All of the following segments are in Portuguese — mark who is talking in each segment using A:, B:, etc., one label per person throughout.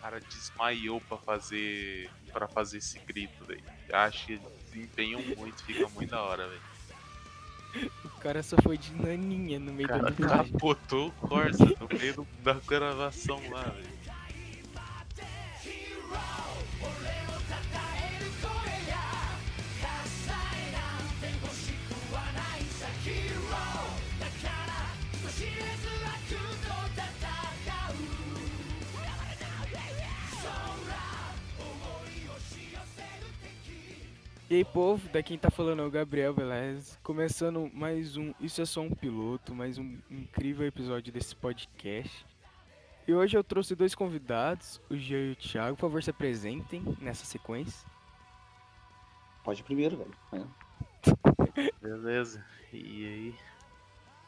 A: cara desmaiou para fazer para fazer esse grito, velho. Acho que desempenham muito, fica muito da hora, velho.
B: O cara só foi de naninha no meio
A: cara
B: do dublagem.
A: capotou o Corsa no meio do- da gravação lá, velho.
B: E aí, povo, da quem tá falando é o Gabriel Velez, começando mais um Isso é só um piloto, mais um incrível episódio desse podcast. E hoje eu trouxe dois convidados, o Jean e o Thiago, por favor se apresentem nessa sequência.
C: Pode ir primeiro, velho. É.
A: Beleza. E aí?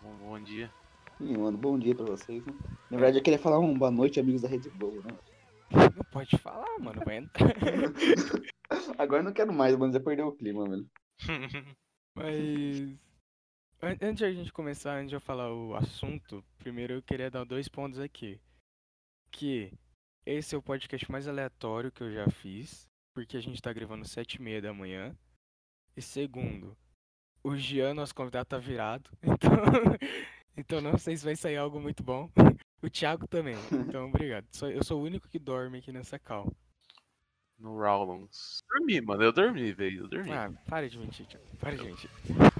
A: Bom, bom dia.
C: Ih, mano, bom dia pra vocês, né? Na verdade, eu queria falar um boa noite, amigos da Rede Globo, né?
B: Não pode falar, mano, vai entrar.
C: Agora eu não quero mais, mano, já perdeu o clima, velho.
B: Mas. an- Antes de a gente começar, antes de eu falar o assunto, primeiro eu queria dar dois pontos aqui. Que esse é o podcast mais aleatório que eu já fiz, porque a gente tá gravando sete e meia da manhã. E segundo, o Jean, nosso convidado, tá virado, então, então não sei se vai sair algo muito bom. O Thiago também, então obrigado. Só- Eu sou o único que dorme aqui nessa cal.
A: No Rowlands. Dormi, mano. Eu dormi, velho. Eu dormi.
B: Ah, para de mentir, Thiago. Para de mentir.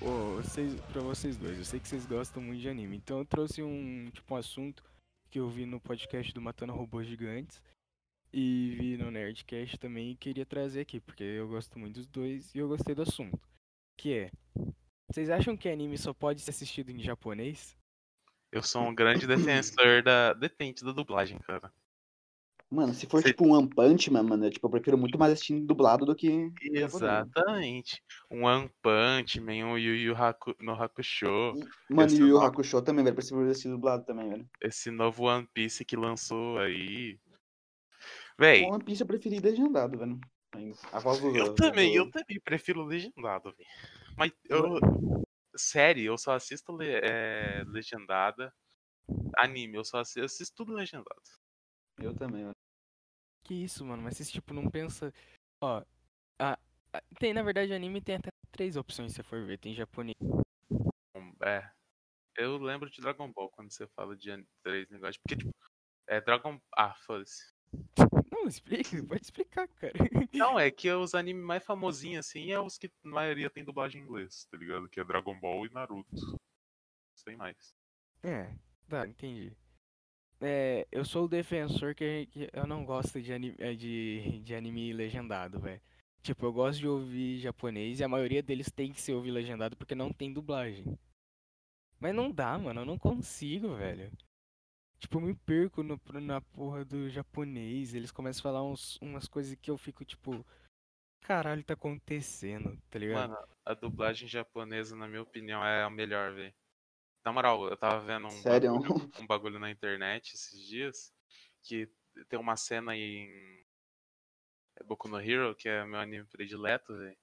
B: Ô, vocês, pra vocês dois, eu sei que vocês gostam muito de anime, então eu trouxe um, tipo, um assunto que eu vi no podcast do Matando Robôs Gigantes e vi no Nerdcast também e queria trazer aqui, porque eu gosto muito dos dois e eu gostei do assunto, que é, vocês acham que anime só pode ser assistido em japonês?
A: Eu sou um grande defensor da. Depende da dublagem, cara.
C: Mano, se for
A: Cê-
C: tipo um One Punch Man, mano, eu, tipo, eu prefiro muito mais assistir dublado do que.
A: Exatamente. Um One Punch Man, um Yu Yu Haku, no Hakusho.
C: Mano,
A: Esse é
C: e o Yu
A: não.
C: Hakusho também, velho. Eu prefiro assistir dublado também, velho.
A: Esse novo One Piece que lançou aí. Véi,
C: O One Piece eu preferi legendado, velho. A voz do.
A: eu também,
C: do-
A: eu também prefiro legendado, véi. Mas eu. Série, eu só assisto le- é, legendada. Anime, eu só assi- eu assisto, tudo legendado.
C: Eu também, velho.
B: Que isso, mano? Mas vocês, tipo, não pensa. Ó, a, a- tem, na verdade, anime tem até três opções, se você for ver. Tem japonês.
A: Bom, É. Eu lembro de Dragon Ball quando você fala de an- três negócios. Porque, tipo, é Dragon. Ah, foda-se.
B: Não, explica, pode explicar, cara.
A: Não, é que os animes mais famosinhos, assim, é os que na maioria tem dublagem em inglês, tá ligado? Que é Dragon Ball e Naruto. Sem mais.
B: É, tá, entendi. É, eu sou o defensor que, que eu não gosto de anime, de, de anime legendado, velho. Tipo, eu gosto de ouvir japonês e a maioria deles tem que ser ouvir legendado porque não tem dublagem. Mas não dá, mano, eu não consigo, velho. Tipo, eu me perco no, pro- na porra do japonês. Eles começam a falar uns- umas coisas que eu fico tipo, caralho, tá acontecendo, tá ligado?
A: Mano, a dublagem japonesa, na minha opinião, é a melhor, velho. Na moral, eu tava vendo um,
C: Sério?
A: Bagulho, um bagulho na internet esses dias que tem uma cena em Boku no Hero, que é meu anime predileto, velho.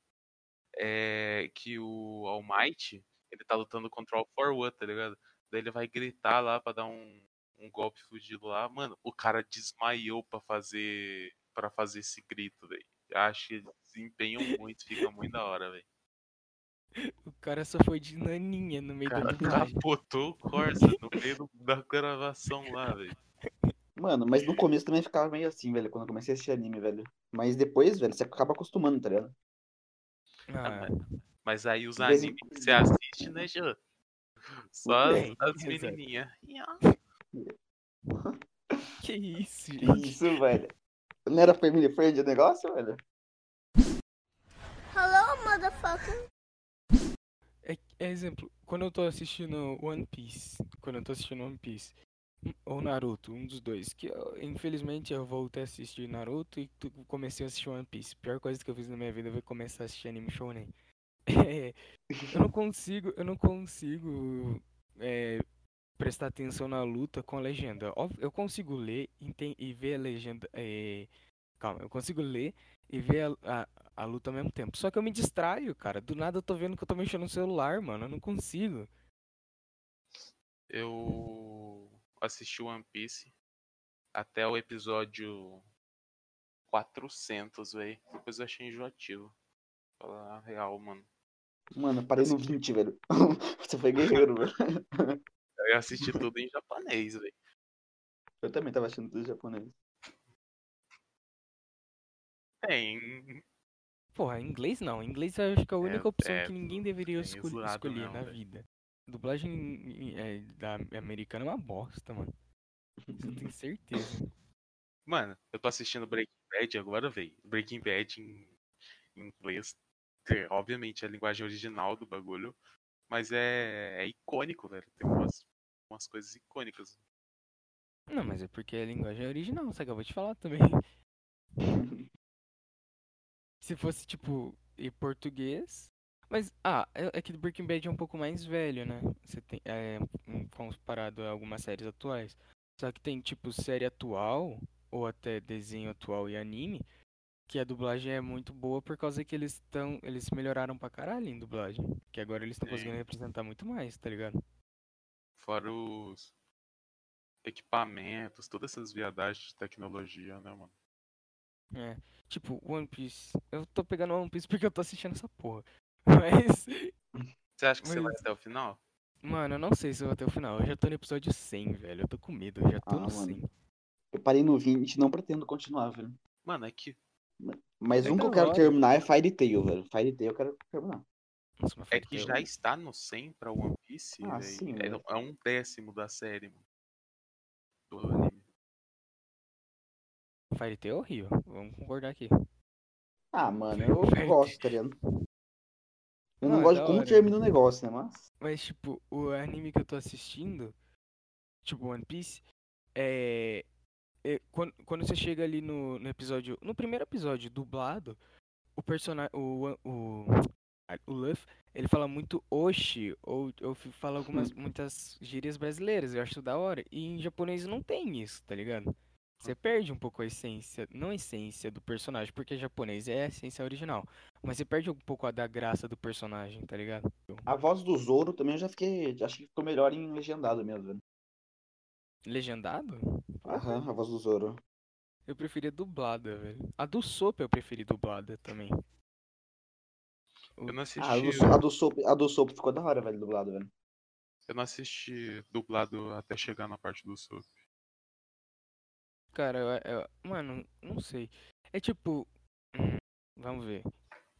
A: É que o All Might, ele tá lutando contra o All For One, tá ligado? Daí ele vai gritar lá pra dar um, um golpe fudido lá. Mano, o cara desmaiou pra fazer para fazer esse grito, velho. Acho que desempenham muito, fica muito da hora, velho.
B: O cara só foi de naninha no meio da
A: cara
B: dublagem.
A: capotou o Corsa no meio do- da gravação lá, velho.
C: Mano, mas no começo também ficava meio assim, velho, quando eu comecei a assistir anime, velho. Mas depois, velho, você acaba acostumando, tá ligado?
A: tá-
B: Ah,
A: Mas aí os
C: De vez em
A: animes que você assiste, né, Jô? Só as,
B: Bem,
A: as
B: exato.
A: menininhas.
B: que isso,
C: Que
B: gente.
C: Isso, velho. Não era family friend o negócio, velho?
D: Hello, motherfucker.
B: É, é exemplo, quando eu tô assistindo One Piece, quando eu tô assistindo One Piece, hum, ou Naruto, um dos dois, que eu- infelizmente eu voltei a assistir Naruto e tu- comecei a assistir One Piece. Pior coisa que eu fiz na minha vida foi começar a assistir anime shonen. É, eu não consigo, eu não consigo é, prestar atenção na luta com a legenda. Óbvio, Eu consigo ler enten- e ver a legenda. é, calma, eu consigo ler e ver a- a, a luta ao mesmo tempo. Só que eu me distraio, cara. Do nada eu tô vendo que eu tô mexendo no celular, mano. Eu não consigo.
A: Eu assisti One Piece até o episódio 400, velho. Depois eu achei enjoativo. Falar a real, mano.
C: Mano, parei no 20, velho. Você foi guerreiro, velho.
A: Eu assisti tudo em japonês, velho.
C: Eu também tava achando tudo japonês.
A: Tem.
B: Porra, inglês não. Inglês eu acho que é a única opção
A: é,
B: que ninguém deveria
A: é
B: escol-
A: zoado
B: escolher
A: mesmo,
B: na
A: velho.
B: vida. Dublagem é, da americana é uma bosta, mano. Isso eu tenho certeza.
A: Mano, eu tô assistindo Breaking Bad agora, velho. Breaking Bad em em inglês. É, obviamente, é a linguagem original do bagulho. Mas é, é icônico, velho. Tem umas, umas coisas icônicas.
B: Não, mas é porque a linguagem é original, você acabou de falar também. Se fosse, tipo, em português. Mas, ah, é é que Breaking Bad é um pouco mais velho, né? Você tem, é, um- comparado a algumas séries atuais. Só que tem, tipo, série atual, ou até desenho atual e anime, que a dublagem é muito boa por causa que eles estão. Eles melhoraram pra caralho em dublagem. Que agora eles estão
A: Sim.
B: conseguindo representar muito mais, tá ligado?
A: Fora os equipamentos, todas essas viadagens de tecnologia, né, mano?
B: É, tipo, One Piece. Eu tô pegando One Piece porque eu tô assistindo essa porra. Mas,
A: Você acha que você
B: Mas-
A: vai até o final?
B: mano, eu não sei se eu vou até o final. Eu já tô no episódio 100, velho. Eu tô com medo, eu já tô
C: Ah,
B: no
C: mano.
B: 100.
C: Eu parei no 20, não pretendo continuar, velho.
A: Mano, é que,
C: Mas
B: É
C: um que
B: da
C: eu quero
B: hora.
C: terminar é Fairy Tail, velho. Fairy Tail eu quero terminar.
B: Nossa, mas
A: é
B: Fairy
A: que
B: Tail-
A: já está no 100 pra One Piece,
C: Ah,
A: velho.
C: sim,
A: É,
C: velho.
A: é um décimo da série, mano. Do anime.
B: Fairy Tail é horrível. Vamos concordar aqui.
C: Ah, mano, eu
B: Fairy Tail.
C: gosto, tá ligado? Eu não,
B: Não, é
C: gosto de
B: da
C: como
B: hora.
C: termina o negócio, né? Mas.
B: Mas, tipo, o anime que eu tô assistindo, tipo One Piece, é. é quando, quando você chega ali no, no episódio. No primeiro episódio, dublado, o personagem. O, One- o, o Luffy, ele fala muito Oshi, ou, ou fi- fala algumas, muitas gírias brasileiras, eu acho da hora. E em japonês não tem isso, tá ligado? Você perde um pouco a essência, não a essência do personagem, porque japonês é a essência original. Mas você perde um pouco a da graça do personagem, tá ligado?
C: A voz do Zoro também eu já fiquei. Acho que ficou melhor em legendado mesmo, velho.
B: Legendado?
C: Aham, a voz do Zoro.
B: Eu preferia dublada, velho. A do Soap eu preferi dublada também.
A: Eu não
C: Ah, a do,
A: assisti,
C: So- a do Soap, a do Soap ficou da hora, velho, dublado, velho.
A: eu não assisti dublado até chegar na parte do sul.
B: Cara, eu, eu- mano, não sei. É tipo. hum, Vamos ver.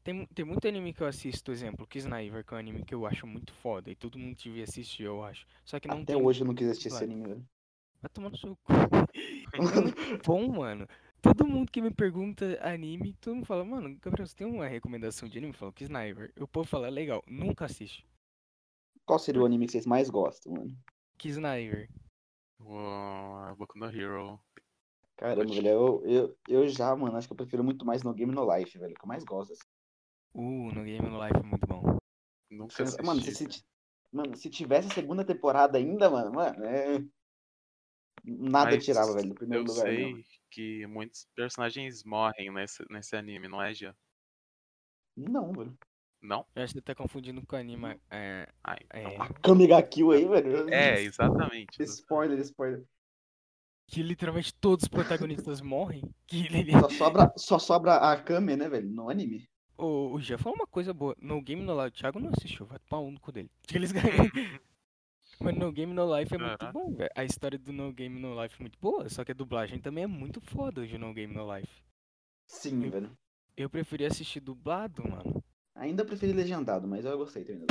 B: Tem, mu- tem muito anime que eu assisto, exemplo, Kisnaiver, que é um anime que eu acho muito foda e todo mundo devia assistir, eu acho. Só que não
C: Até
B: tem.
C: hoje eu não quis assistir esse
B: dublado.
C: anime, velho.
B: Vai tomar no seu cu. É muito bom, mano. Todo mundo que me pergunta anime, todo mundo fala, mano, Gabriel, você tem uma recomendação de anime? Eu falo, Kisnaiver. O povo fala, "É legal, nunca assiste.
C: Qual seria o anime que vocês mais gostam, mano?
B: Kisnaiver.
A: Uou, Boku no Hero.
C: Caramba, velho, eu, eu, eu já, mano, acho que eu prefiro muito mais no Game No Life, velho, que eu mais gosto. assim.
B: Uh, no Game no Life é muito bom.
A: Nunca
C: Pensa-
A: assisti.
C: Mano, se, se, ti- mano, se tivesse a segunda temporada ainda, mano, mano, é... Nada
A: Mas
C: tirava, velho, do primeiro
A: eu
C: lugar.
A: sei
C: Não.
A: que muitos personagens morrem nesse, nesse anime, não é, Jean?
C: não, velho.
A: Não?
B: Eu acho que você tá confundindo com anime. É,
A: Ah,
B: é,
C: A Kamiga Kill aí, velho.
A: É, exatamente.
C: Spoiler, spoiler.
B: que literalmente todos os protagonistas morrem. Que ele...
C: Só sobra, só sobra a Kame, né, velho, no anime.
B: o, o Jean falou uma coisa boa. No Game No Life, o Thiago não assistiu, vai tomar um no cu dele. Que eles ganham. Mas No Game No Life é muito
A: Caraca.
B: bom, velho. A história do No Game No Life é muito boa, só que a dublagem também é muito foda de No Game No Life.
C: Sim, velho.
B: Eu preferi assistir dublado, mano.
C: Ainda preferi legendado, mas eu gostei também.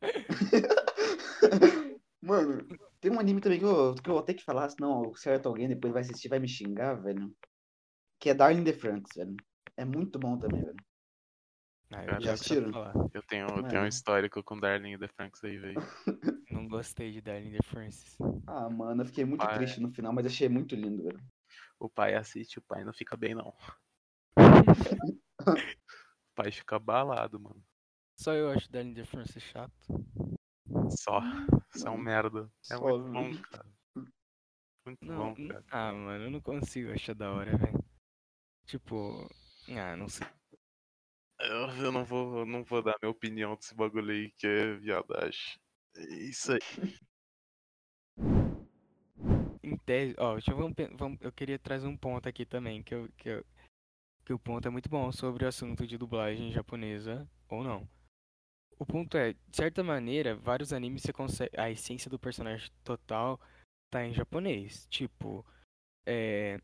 C: Mano, tem um anime também que eu, que eu vou ter que falar, senão certo alguém depois vai assistir e vai me xingar, velho. Que é Darling in the Franks, velho. É muito bom também, velho.
B: Ah,
A: Cara,
B: eu já
C: assistiram?
B: falar.
A: Eu tenho, eu tenho um
C: Mano.
A: histórico com Darling e The Franks aí, velho.
B: Não gostei de Darling in the Francis.
C: Ah, mano, eu fiquei muito
A: Pai.
C: triste no final, mas achei muito lindo, velho.
A: O pai assiste, o pai não fica bem, não. O pai fica abalado, mano.
B: Só eu acho Darling in the Francis chato.
A: Só. Isso é um merda. É
C: Só,
A: muito
C: velho.
A: bom, cara. Muito
B: Não,
A: bom,
B: n-
A: cara.
B: ah, mano, eu não consigo achar da hora, velho. Tipo, ah, não sei.
A: Eu, eu não vou, eu não vou dar minha opinião desse bagulho aí que é viadagem. É Isso aí.
B: 10. Ó, deixa eu, vamos, pe- vamos- eu queria trazer um ponto aqui também, que, eu, que, eu, que o ponto é muito bom sobre o assunto de dublagem japonesa ou não. O ponto é, de certa maneira, vários animes você consegue. A essência do personagem total tá em japonês. Tipo, é.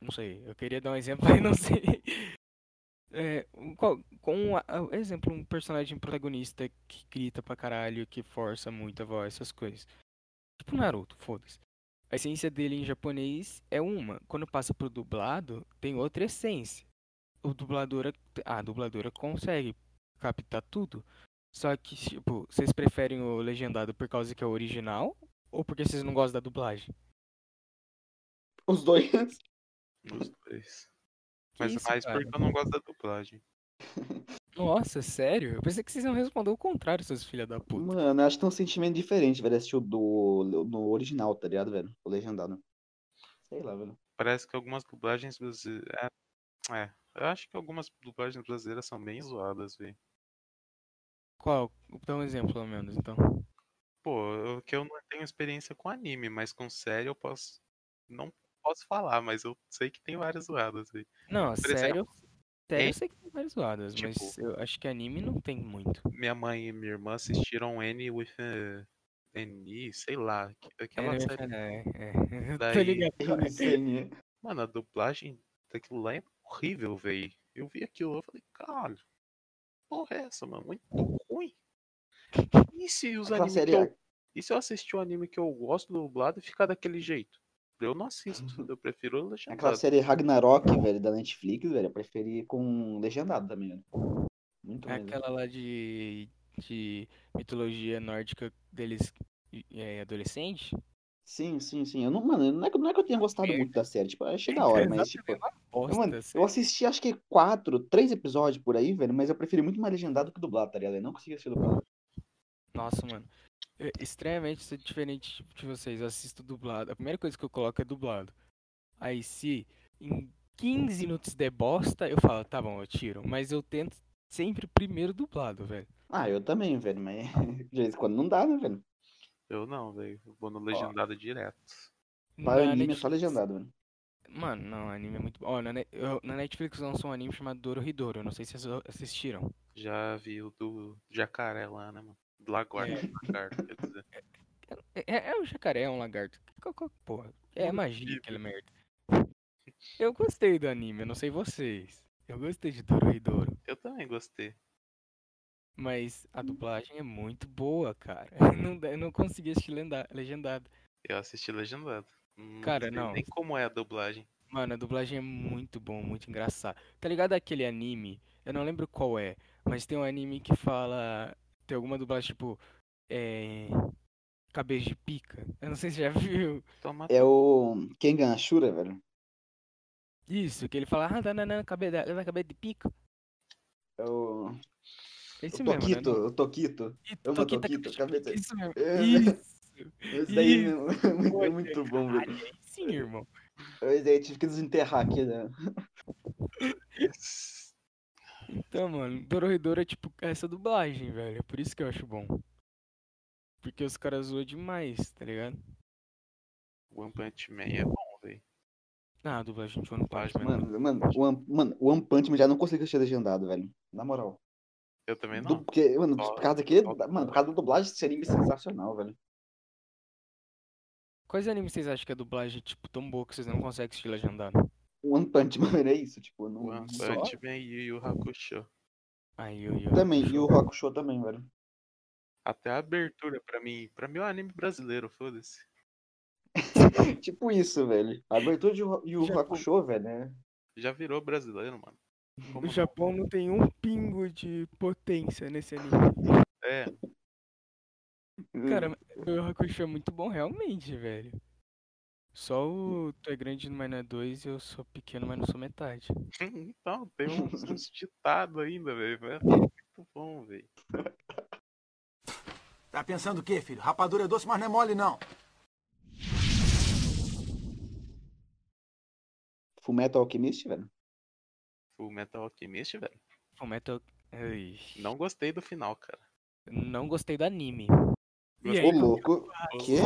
B: Não sei, eu queria dar um exemplo, mas não sei. É, um qual, com a- a- exemplo, um personagem protagonista que grita pra caralho, que força muito a voz, essas coisas. Tipo Naruto, foda-se. A essência dele em japonês é uma. Quando passa pro dublado, tem outra essência. O dubladora, a dubladora consegue captar tudo. Só que, tipo, vocês preferem o legendado por causa que é o original ou porque vocês não gostam da dublagem?
C: Os dois.
A: Os dois.
B: Que
A: Mas
B: isso,
A: mais
B: cara?
A: porque eu não gosto da dublagem.
B: Nossa, sério? Eu pensei que vocês iam responder o contrário, seus filha da puta.
C: Mano, eu acho que tem um sentimento diferente, velho. Assistir o do, no original, tá ligado, velho? O legendado. Sei lá, velho.
A: Parece que algumas dublagens brasileiras. É, é, eu acho que algumas dublagens brasileiras são bem zoadas, velho.
B: Qual? Dá um exemplo, ao menos, então.
A: Pô, eu, que eu não tenho experiência com anime, mas com série eu posso. Não posso falar, mas eu sei que tem várias zoadas, velho.
B: Não,
A: Por exemplo,
B: sério, sério,
A: é-
B: eu sei que tem várias zoadas, mas
A: Tipo-
B: eu acho que anime não tem muito.
A: Minha mãe e minha irmã assistiram N with eh, N, sei lá, que- aquela
B: É,
A: série.
B: é, é. Eu tô
A: Daí-
B: ligado.
C: Eu não sei, né?
A: Mano, a dublagem daquilo lá é horrível, velho. Eu vi aquilo, eu falei, caralho, que porra é essa, mano? Muito ruim. E se os
C: Aquela
A: animes.
C: série é
A: que eu- E se eu assistir um anime que eu gosto dublado e ficar daquele jeito? Eu não assisto, eu prefiro
C: Uhum. É Aquela
A: legendado.
C: série Ragnarok, velho, da Netflix, velho, eu preferi com legendado também, velho. Muito
B: É
C: mesmo.
B: aquela lá de, de mitologia nórdica deles é, adolescente?
C: Sim, sim, sim. Eu não, mano, não é, que- não é que eu tenha gostado
B: É.
C: muito da série, tipo, eu achei da hora, mas
B: Exatamente,
C: tipo.
B: é uma bosta,
C: mano, eu
B: sério.
C: assisti acho que quatro, três episódios por aí, velho, mas eu preferi muito mais legendado que dublado, tá ligado? Eu não consegui assistir dublado.
B: Nossa, mano. Eu, estranhamente, sou diferente tipo, de vocês. Eu assisto dublado. A primeira coisa que eu coloco é dublado. Aí, se em 15 minutos der bosta, eu falo, tá bom, eu tiro. Mas eu tento sempre primeiro dublado, velho.
C: Ah, eu também, velho, mas de vez em quando não dá, né, velho?
A: Eu não, velho. Eu vou no legendado direto.
C: Para o
B: Na
C: anime é só
B: Netflix-
C: legendado, velho.
B: Mano, não, anime é muito bom. Ó, na, Ne- eu- na Netflix lançou um anime chamado Dorohedoro. Eu não sei se vocês assistiram.
A: Já vi o do jacaré lá, né, mano? Do lagarto, lagarto, quer dizer.
B: É, é- é um jacaré, é um lagarto. Qual- qual- Porra, é
A: Hum,
B: magia
A: horrível.
B: aquela merda. Eu gostei do anime, eu não sei vocês. Eu gostei de Dorohedoro.
A: Eu também gostei.
B: Mas a dublagem é muito boa, cara. Não, dá- eu não consegui assistir lenda- legendado.
A: Eu assisti legendado. Não
B: Cara,
A: sei
B: não.
A: Nem como é a dublagem.
B: Mano, a dublagem é muito bom, muito engraçado. Tá ligado aquele anime? Eu não lembro qual é, mas tem um anime que fala. Tem alguma dublagem tipo. É. Cabeça de pica. Eu não sei se já viu.
A: Toma
C: É o Kengan Ashura, velho.
B: Isso, que ele fala. Ah, não, não, não, cabeça da- cabeça de pica.
C: É o.
B: É isso
C: o
B: mesmo, né?
C: Toquito, o Toquito.
B: E
C: Amo
B: Toquita
C: Toquito,
B: Cabeça de Pica,
C: cabeça-
B: Isso mesmo.
C: É.
B: Isso.
C: Esse daí
B: Isso,
C: mesmo. é muito,
B: foi,
C: é muito bom, velho.
B: Caralho, aí sim, irmão.
C: Esse daí eu tive que desenterrar aqui, né?
A: essa.
B: Então, mano, Dorohedoro é tipo essa dublagem, velho. É por isso que eu acho bom. Porque os caras zoam demais, tá ligado?
A: One Punch Man é bom, velho.
B: Ah, a dublagem de One Punch Man.
C: Mano, mano, One, mano, One Punch Man já não consigo assistir legendado, velho. Na moral.
A: Eu também
C: Du-
A: não.
C: porque, mano, por causa daquele.
A: Ó.
C: Mano, por causa da dublagem desse anime é sensacional, velho.
B: Quais animes vocês acham que a dublagem é tipo tão boa que vocês não conseguem assistir legendado?
C: One Punch Man era isso, tipo, não.
A: One
C: não-
B: só?
A: Punch Man e Yu Yu Hakusho.
B: Aí eu,
C: Também, e o Rock Show também, velho.
A: Até a abertura pra mim. Pra mim é um anime brasileiro, foda-se.
C: tipo isso, velho. A abertura de Yu- Yu
B: Já
C: Rock
B: com-
C: Show, velho, né?
A: Já virou brasileiro, mano. Como
B: O
A: não?
B: Japão não tem um pingo de potência nesse anime.
A: É,
C: Hum.
B: Cara, mas o Hakusho é muito bom realmente, velho. Só o Tu é grande, mas não é dois e eu sou pequeno, mas não sou metade.
A: então, tem uns, uns ditados ainda, velho. É muito bom, velho.
D: Tá pensando o quê, filho? Rapadura é doce, mas não é mole, não.
C: Fullmetal Alchemist, velho.
A: O Metal Alchemist, velho.
B: O Metal... Ai,
A: Não gostei do final, cara.
B: não gostei do anime. E
A: Gostei
B: aí,
C: Ô, louco.
A: do-
C: Quê?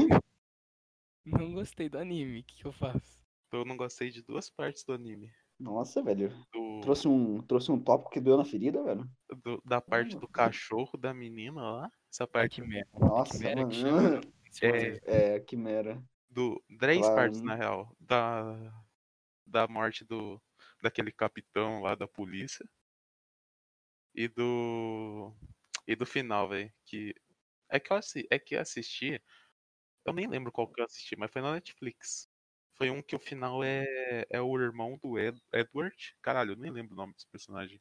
B: Não gostei do anime, o que, que eu faço?
A: Eu não gostei de duas partes do anime.
C: Nossa, velho.
A: Do-
C: Trouxe um, trouxe um tópico que doeu na ferida, velho.
A: do- da parte do cachorro da menina lá. Essa parte
B: merda.
C: Nossa,
B: Quimera que né?
C: mano.
A: É.
C: É, quimera.
A: do três
C: Claro,
A: partes
C: né?
A: na real da da morte do daquele capitão lá da polícia e do e do final velho que é que eu assi, é que eu assisti eu nem lembro qual que eu assisti mas foi na Netflix foi um que o final é é o irmão do Ed- Edward caralho eu nem lembro o nome desse personagem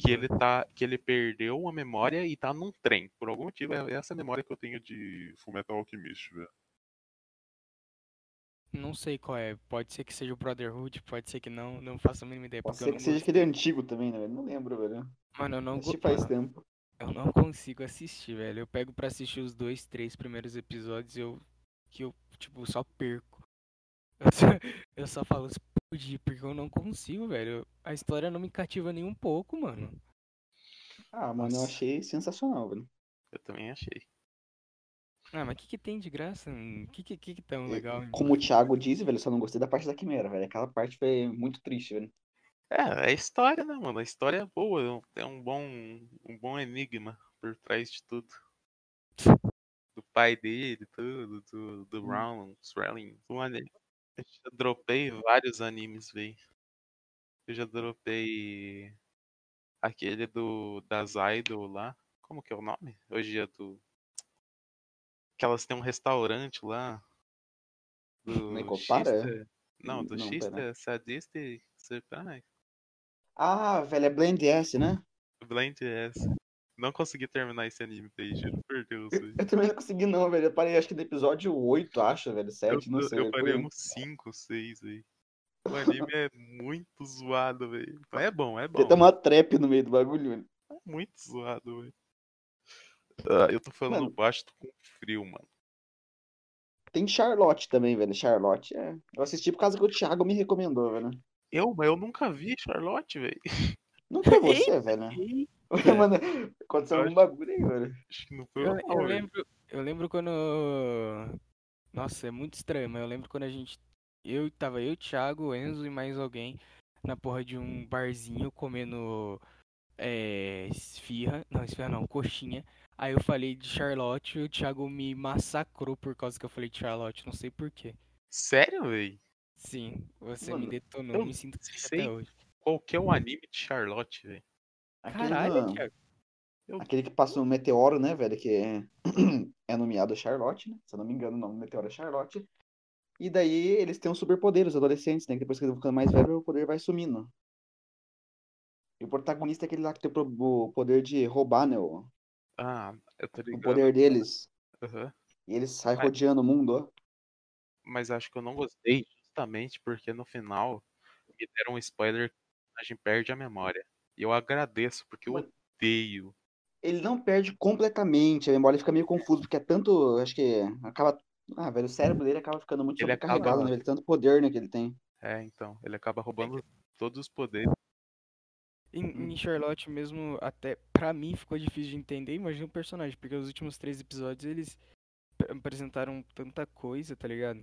A: que ele tá que ele perdeu a memória e tá num trem por algum motivo é essa memória que eu tenho de Fullmetal Alchemist velho
B: Não sei qual é. Pode ser que seja o Brotherhood, pode ser que não. Não faço a mínima ideia.
C: Pode
B: Porque
C: ser
B: eu
C: que
B: não
C: seja
B: gosto.
C: aquele antigo também, né, velho? Não lembro, velho.
B: Mano, eu não, go-
C: Assisti faz
B: mano,
C: tempo.
B: eu não consigo assistir, velho. Eu pego pra assistir os dois, três primeiros episódios eu que eu, tipo, só perco. Eu só, eu só falo explodir, porque eu não consigo, velho. A história não me cativa nem um pouco, mano.
C: Ah, mano, eu
A: Nossa.
C: achei sensacional, velho.
A: eu também achei
B: Ah, mas o que, que tem de graça? O que, que, que, que tão
A: É,
B: legal? em-
C: Como o Thiago disse, velho, eu só não gostei da parte da quimera, velho. Aquela parte foi muito triste, velho.
A: É, é história, né, mano? A história é boa, é um- tem um bom, um bom enigma por trás de tudo. Do pai dele, tudo, do,
C: Hum.
A: do Round, Swelling. Mano, eu já dropei vários animes, véi. Eu já dropei aquele do das Idol lá. Como que é o nome? Hoje é do. Que elas têm um restaurante lá. Do
C: Mas compara? é?
A: Xista- Não, do
C: Não, né? pera.
A: Xista, Sadista e Surprise.
C: Ah, velho, é Blend S, né?
A: Blind S. Não consegui terminar esse anime daí, juro por Deus.
C: Eu,
A: velho.
C: eu também não consegui, não, velho. Eu parei, acho que no episódio 8, acho, velho.
A: Eu,
C: 7, não sei.
A: eu
C: velho.
A: parei
C: Foi-
A: uns 5, 6 aí. O anime é muito zoado, velho. Mas É bom, é bom.
C: Tem até uma trap no meio do bagulho, velho.
A: É muito zoado, velho. Ah, eu tô falando
C: Mano.
A: baixo, tô com frio, mano.
C: Tem Charlotte também, velho. Charlotte é. Eu assisti por causa que o Thiago me recomendou, velho.
A: Eu, mas eu nunca vi Charlotte, velho.
C: Não foi você, velho. Mano, aconteceu
A: Eu
C: algum bagulho aí, velho.
A: Acho que não foi
B: Eu,
A: o
B: eu lembro, eu lembro quando. Nossa, é muito estranho, mas eu lembro quando a gente. Eu tava eu, Thiago, Enzo e mais alguém na porra de um barzinho comendo é, esfirra. Não, esfirra não, coxinha. Aí eu falei de Charlotte e o Thiago me massacrou por causa que eu falei de Charlotte, não sei porquê.
A: Sério, velho?
B: Sim, você
C: Mano,
B: me detonou,
A: eu
B: me sinto triste
A: sei.
B: até hoje.
A: Qual que é o anime de Charlotte, velho?
C: Aquele
B: Caralho,
C: não-
B: Thiago.
C: Aquele que passa um meteoro, né, velho? Que é, é nomeado Charlotte, né? Se eu não me engano, o nome do meteoro é Charlotte. E daí eles têm um superpoder, os adolescentes, né? Que depois que eles vão ficando mais velhos, o poder vai sumindo. E o protagonista é aquele lá que tem o pro- o poder de roubar, né? O,
A: Ah, eu tô
C: o
A: ligado.
C: poder deles.
A: Aham.
C: E eles saem
A: Mas-
C: rodeando o mundo, ó.
A: mas acho que eu não gostei justamente porque no final me deram um spoiler que o personagem perde a memória. E eu agradeço, porque eu
C: Mas-
A: odeio.
C: Ele não perde completamente, a memória fica meio confuso, porque é tanto. Acho que acaba. Ah, velho, o cérebro dele acaba ficando muito
A: Ele acaba-
C: sobrecarregado, né? velho? Tanto poder, né, que ele tem.
A: É, então, ele acaba roubando todos os poderes. Uhum.
B: Em, em Charlotte mesmo, até pra mim ficou difícil de entender, imagina o personagem, porque os últimos três episódios eles ap- apresentaram tanta coisa, tá ligado?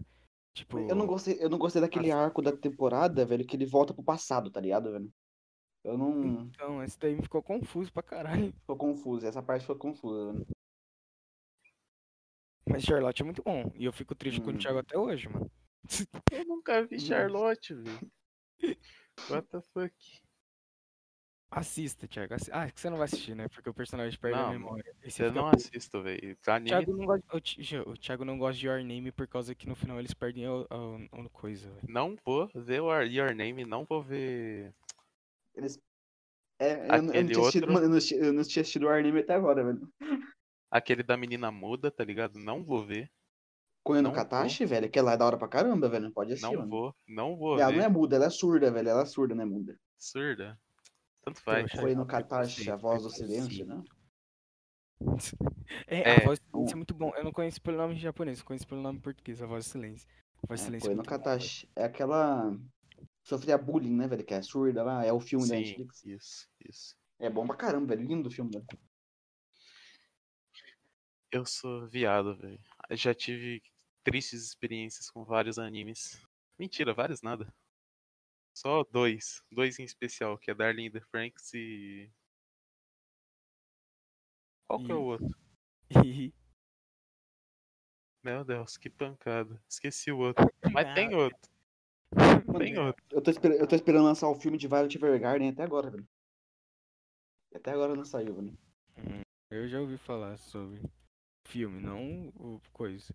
B: Tipo,
C: Eu não gostei, eu não gostei daquele arco da temporada, velho, que ele volta pro passado, tá ligado, velho? Eu
A: Hum.
C: não.
B: então, esse daí me ficou confuso pra caralho.
C: Ficou confuso, essa parte ficou confusa, velho.
B: Mas Charlotte é muito bom, e eu fico triste com
A: Uhum.
C: Hum.
B: o Thiago até hoje, mano.
A: Eu nunca vi Charlotte, velho. What the fuck?
B: Assista, Thiago. assi- Ah, que você não vai assistir, né? Porque o personagem perde
A: Não,
B: a memória. Aí
A: Eu
B: fica
A: não
B: puto.
A: assisto, velho.
B: O
A: Anime,
B: Thiago não gosta, o Thi- Gê, o Thiago não gosta de Your Name por causa que no final eles perdem a, a- a coisa, velho.
A: não vou ver o Your Name, não vou ver.
C: Eles. É, eu, não- eu não
A: Aquele
C: tinha assistido,
A: outro-
C: mano, eu não, tinha- eu não tinha assistido o anime até agora, velho.
A: Aquele da menina muda, tá ligado? Não vou ver.
C: Conan
A: Não
C: é no Katashi, velho, que ela é da hora pra caramba, velho. Pode assistir,
A: Não
C: mano.
A: vou, não vou
C: Ela
A: ver.
C: não é muda, ela é surda, velho. Ela é surda, né, muda?
A: Surda. Tanto faz.
B: Poxa.
C: Conan no
B: Preconceito,
C: Katashi, a voz do silêncio,
B: preconceito.
C: né?
B: É,
A: É,
B: a voz do silêncio
C: o-
B: é muito bom. Eu não conheço pelo nome japonês, eu conheço pelo nome português, a voz do silêncio. A voz do
C: É,
B: silêncio. é
C: Koe no
B: muito boa, velho.
C: Katashi. É aquela. Sofria bullying, né, velho? Que é surda lá, é o filme da
A: Sim,
C: Netflix.
A: isso, isso.
C: É bom pra caramba, velho. Lindo o filme, velho.
A: Eu sou viado, velho. Já tive tristes experiências com vários animes. Mentira, vários nada. Só dois. Dois em especial, que é Darling in the Franks e. Qual que é
B: E-
A: o outro?
B: E-
A: Meu Deus, que pancada. Esqueci o outro. Mas
B: Ah,
A: tem outro,
C: Mano,
A: tem outro.
C: eu, tô esper- eu tô esperando lançar o filme de Violet Evergarden até agora, velho. Até agora não saiu, velho.
B: Eu já ouvi falar sobre filme, não o coisa.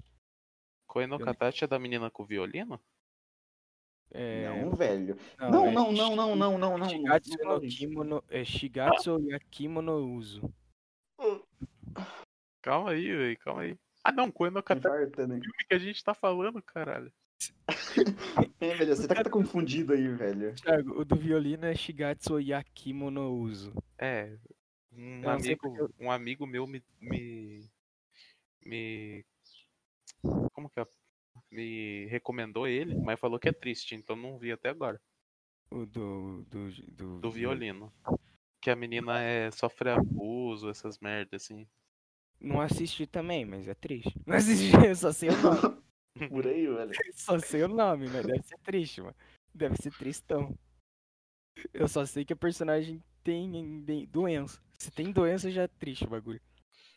A: Koe no Katachi é da menina com o violino?
B: É,
C: Não, velho.
B: não,
C: Não,
B: é
C: não, não, não,
B: Shi-
C: não, não, não. não,
B: Shigatsu
C: não
B: no
C: fala isso.
B: Kimono, é Shigatsu Yakimono Uso.
A: Calma aí, velho, calma aí. Ah não, Koe no
B: tá
A: Katachi
C: Infartando, hein?
A: que a gente tá falando, caralho.
C: É, velho, você tá, tá confundido aí, velho.
B: Thiago, o do violino é Shigatsu Yakimono Uso.
A: É, um
B: não sei
A: amigo, um amigo meu me, me, me, como que é? Me recomendou ele, mas falou que é triste, então não vi até agora.
B: O do. Do, do,
C: Uhum.
A: Do violino. Que a menina é, sofre abuso, essas merdas, assim.
B: Não assisti também, mas é triste. Não assisti, eu só sei o nome.
C: Por aí, velho.
B: Só sei o nome, mas deve ser triste, mano. Deve ser tristão. Eu só sei que a personagem tem em- de- doença. Se tem doença, já é triste o bagulho.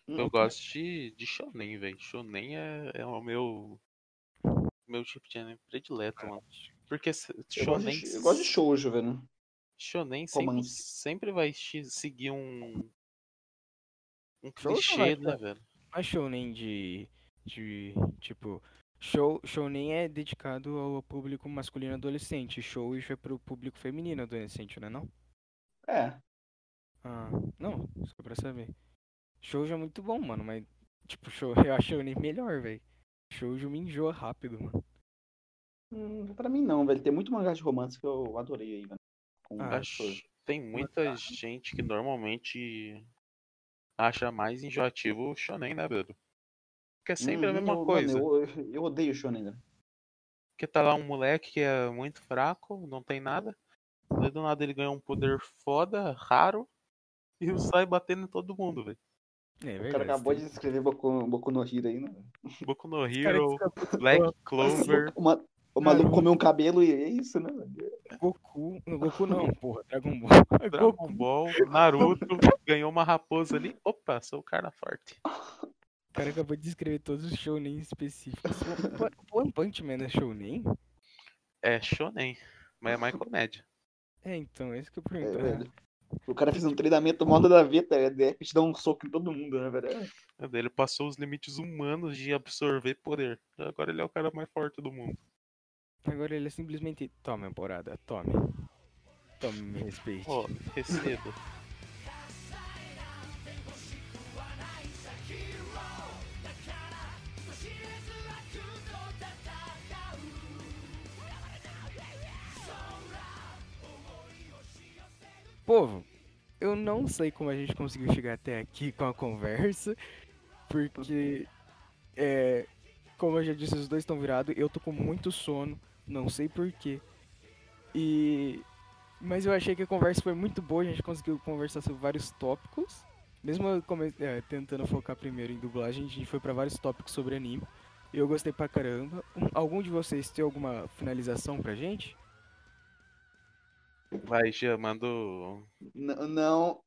C: Hum, Uhum.
A: Eu gosto de, de shonen, velho. Shonen é, é o meu meu tipo de anime predileto, mano. Porque se-
C: É. Eu gosto,
A: shonen,
C: de, eu gosto de shoujo, velho.
A: shonen sempre,
C: romance.
A: sempre vai chi- seguir um um
B: Shoujo
A: clichê,
B: vai,
A: né, velho?
B: Não é shounen de. de. tipo. Show, shounen é dedicado ao público masculino adolescente. Show é pro público feminino adolescente, não é não?
C: É.
B: Ah, não, só pra saber. Shoujo é muito bom, mano, mas. Tipo, show, eu acho shounen melhor, velho. Shoujo me enjoa rápido, mano.
C: Hum, pra mim não, velho. Tem muito mangá de romance que eu adorei aí, velho. Com
B: Ah,
A: Acho-
C: shoujo.
A: Tem
C: né?
A: muita gente que normalmente acha mais enjoativo o shonen, né, velho? Porque é sempre a
C: Hum, eu-
A: mesma
C: mano,
A: coisa.
C: eu, eu odeio shonen, né? velho.
A: Porque tá lá um moleque que é muito fraco, não tem nada. Daí do nada ele ganha um poder foda, raro. E sai batendo em todo mundo, velho.
B: É
C: O cara
B: verdade.
C: acabou
B: tem-
C: de escrever Boku, Boku no Hero aí, né? velho?
A: Boku no
B: Cara,
A: Hero,
B: desculpa,
A: Black Clover.
C: O ma- o maluco
B: Naruto.
C: comeu um cabelo e é isso, né? velho?
B: Goku. Não, Goku não, porra. Dragon Ball.
A: Dragon
B: Goku.
A: Ball, Naruto, ganhou uma raposa ali. Opa, sou o cara forte.
B: O cara acabou de escrever todos os shounen específicos. O One- o One Punch Man é shounen?
A: É shonen, mas é mais comédia.
B: É, então, é isso que eu
C: É,
B: pergunto.
C: velho. O cara fez um treinamento moda da vida, tá ligado? de repente dá um soco em todo mundo, né, velho? É.
A: Daí Ele passou os limites humanos de absorver poder. Agora ele é o cara mais forte do mundo.
B: Agora ele é simplesmente. Tome, porada, tome. Tome, me respeite.
A: Ó, receba.
B: Povo, eu não sei como a gente conseguiu chegar até aqui com a conversa, porque, é, como eu já disse, os dois estão virados, eu tô com muito sono, não sei porquê. E... Mas eu achei que a conversa foi muito boa, a gente conseguiu conversar sobre vários tópicos. Mesmo eu come- é, tentando focar primeiro em dublagem, a gente foi pra vários tópicos sobre anime. Eu gostei pra caramba. Um- Algum de vocês tem alguma finalização pra gente?
A: Vai, Gia, manda o-
C: N- Não.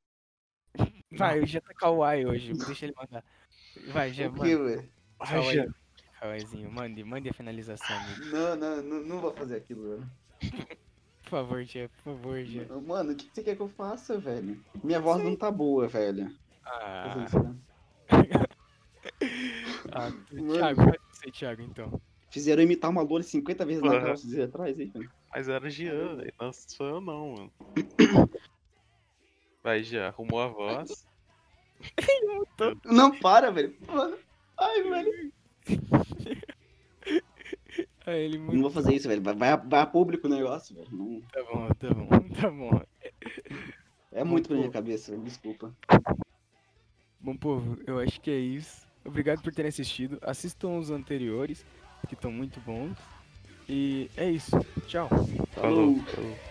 B: Vai, o Jean tá kawaii hoje, deixa ele mandar. Vai, Jean,
C: o
B: manda.
C: quê, velho?
A: Ai,
B: Calma aí,
A: Gia,
B: calma aí, mande, mande a finalização, amigo.
C: Não, não, não, não vou fazer aquilo, velho.
B: Por favor, Jean, por favor, Jean.
C: Mano, o que que você quer que eu faça, velho? Minha voz não tá boa, velho. Tô fazendo
B: Ah,
C: isso, né?
B: ah,
C: Mano.
B: Thiago, faz você, Thiago, então.
C: Fizeram eu imitar uma loura 50 vezes na
A: Porra.
C: calça dias atrás, hein, velho?
A: Mas era o Jean, velho. Não sou eu não, mano. Vai, Jean, arrumou a voz.
C: Não, para, velho. Mano. Ai, velho.
B: Ah, ele
C: Não
B: muito.
C: vou fazer isso, velho. Vai, vai, a- vai a público o negócio, velho. Não-
B: Tá bom, tá bom, tá bom.
C: É muito pra minha cabeça, velho. Desculpa.
B: Bom, povo, eu acho que é isso. Obrigado por terem assistido. Assistam os anteriores, que estão muito bons. E é isso. Tchau.
A: Falou.
C: Falou.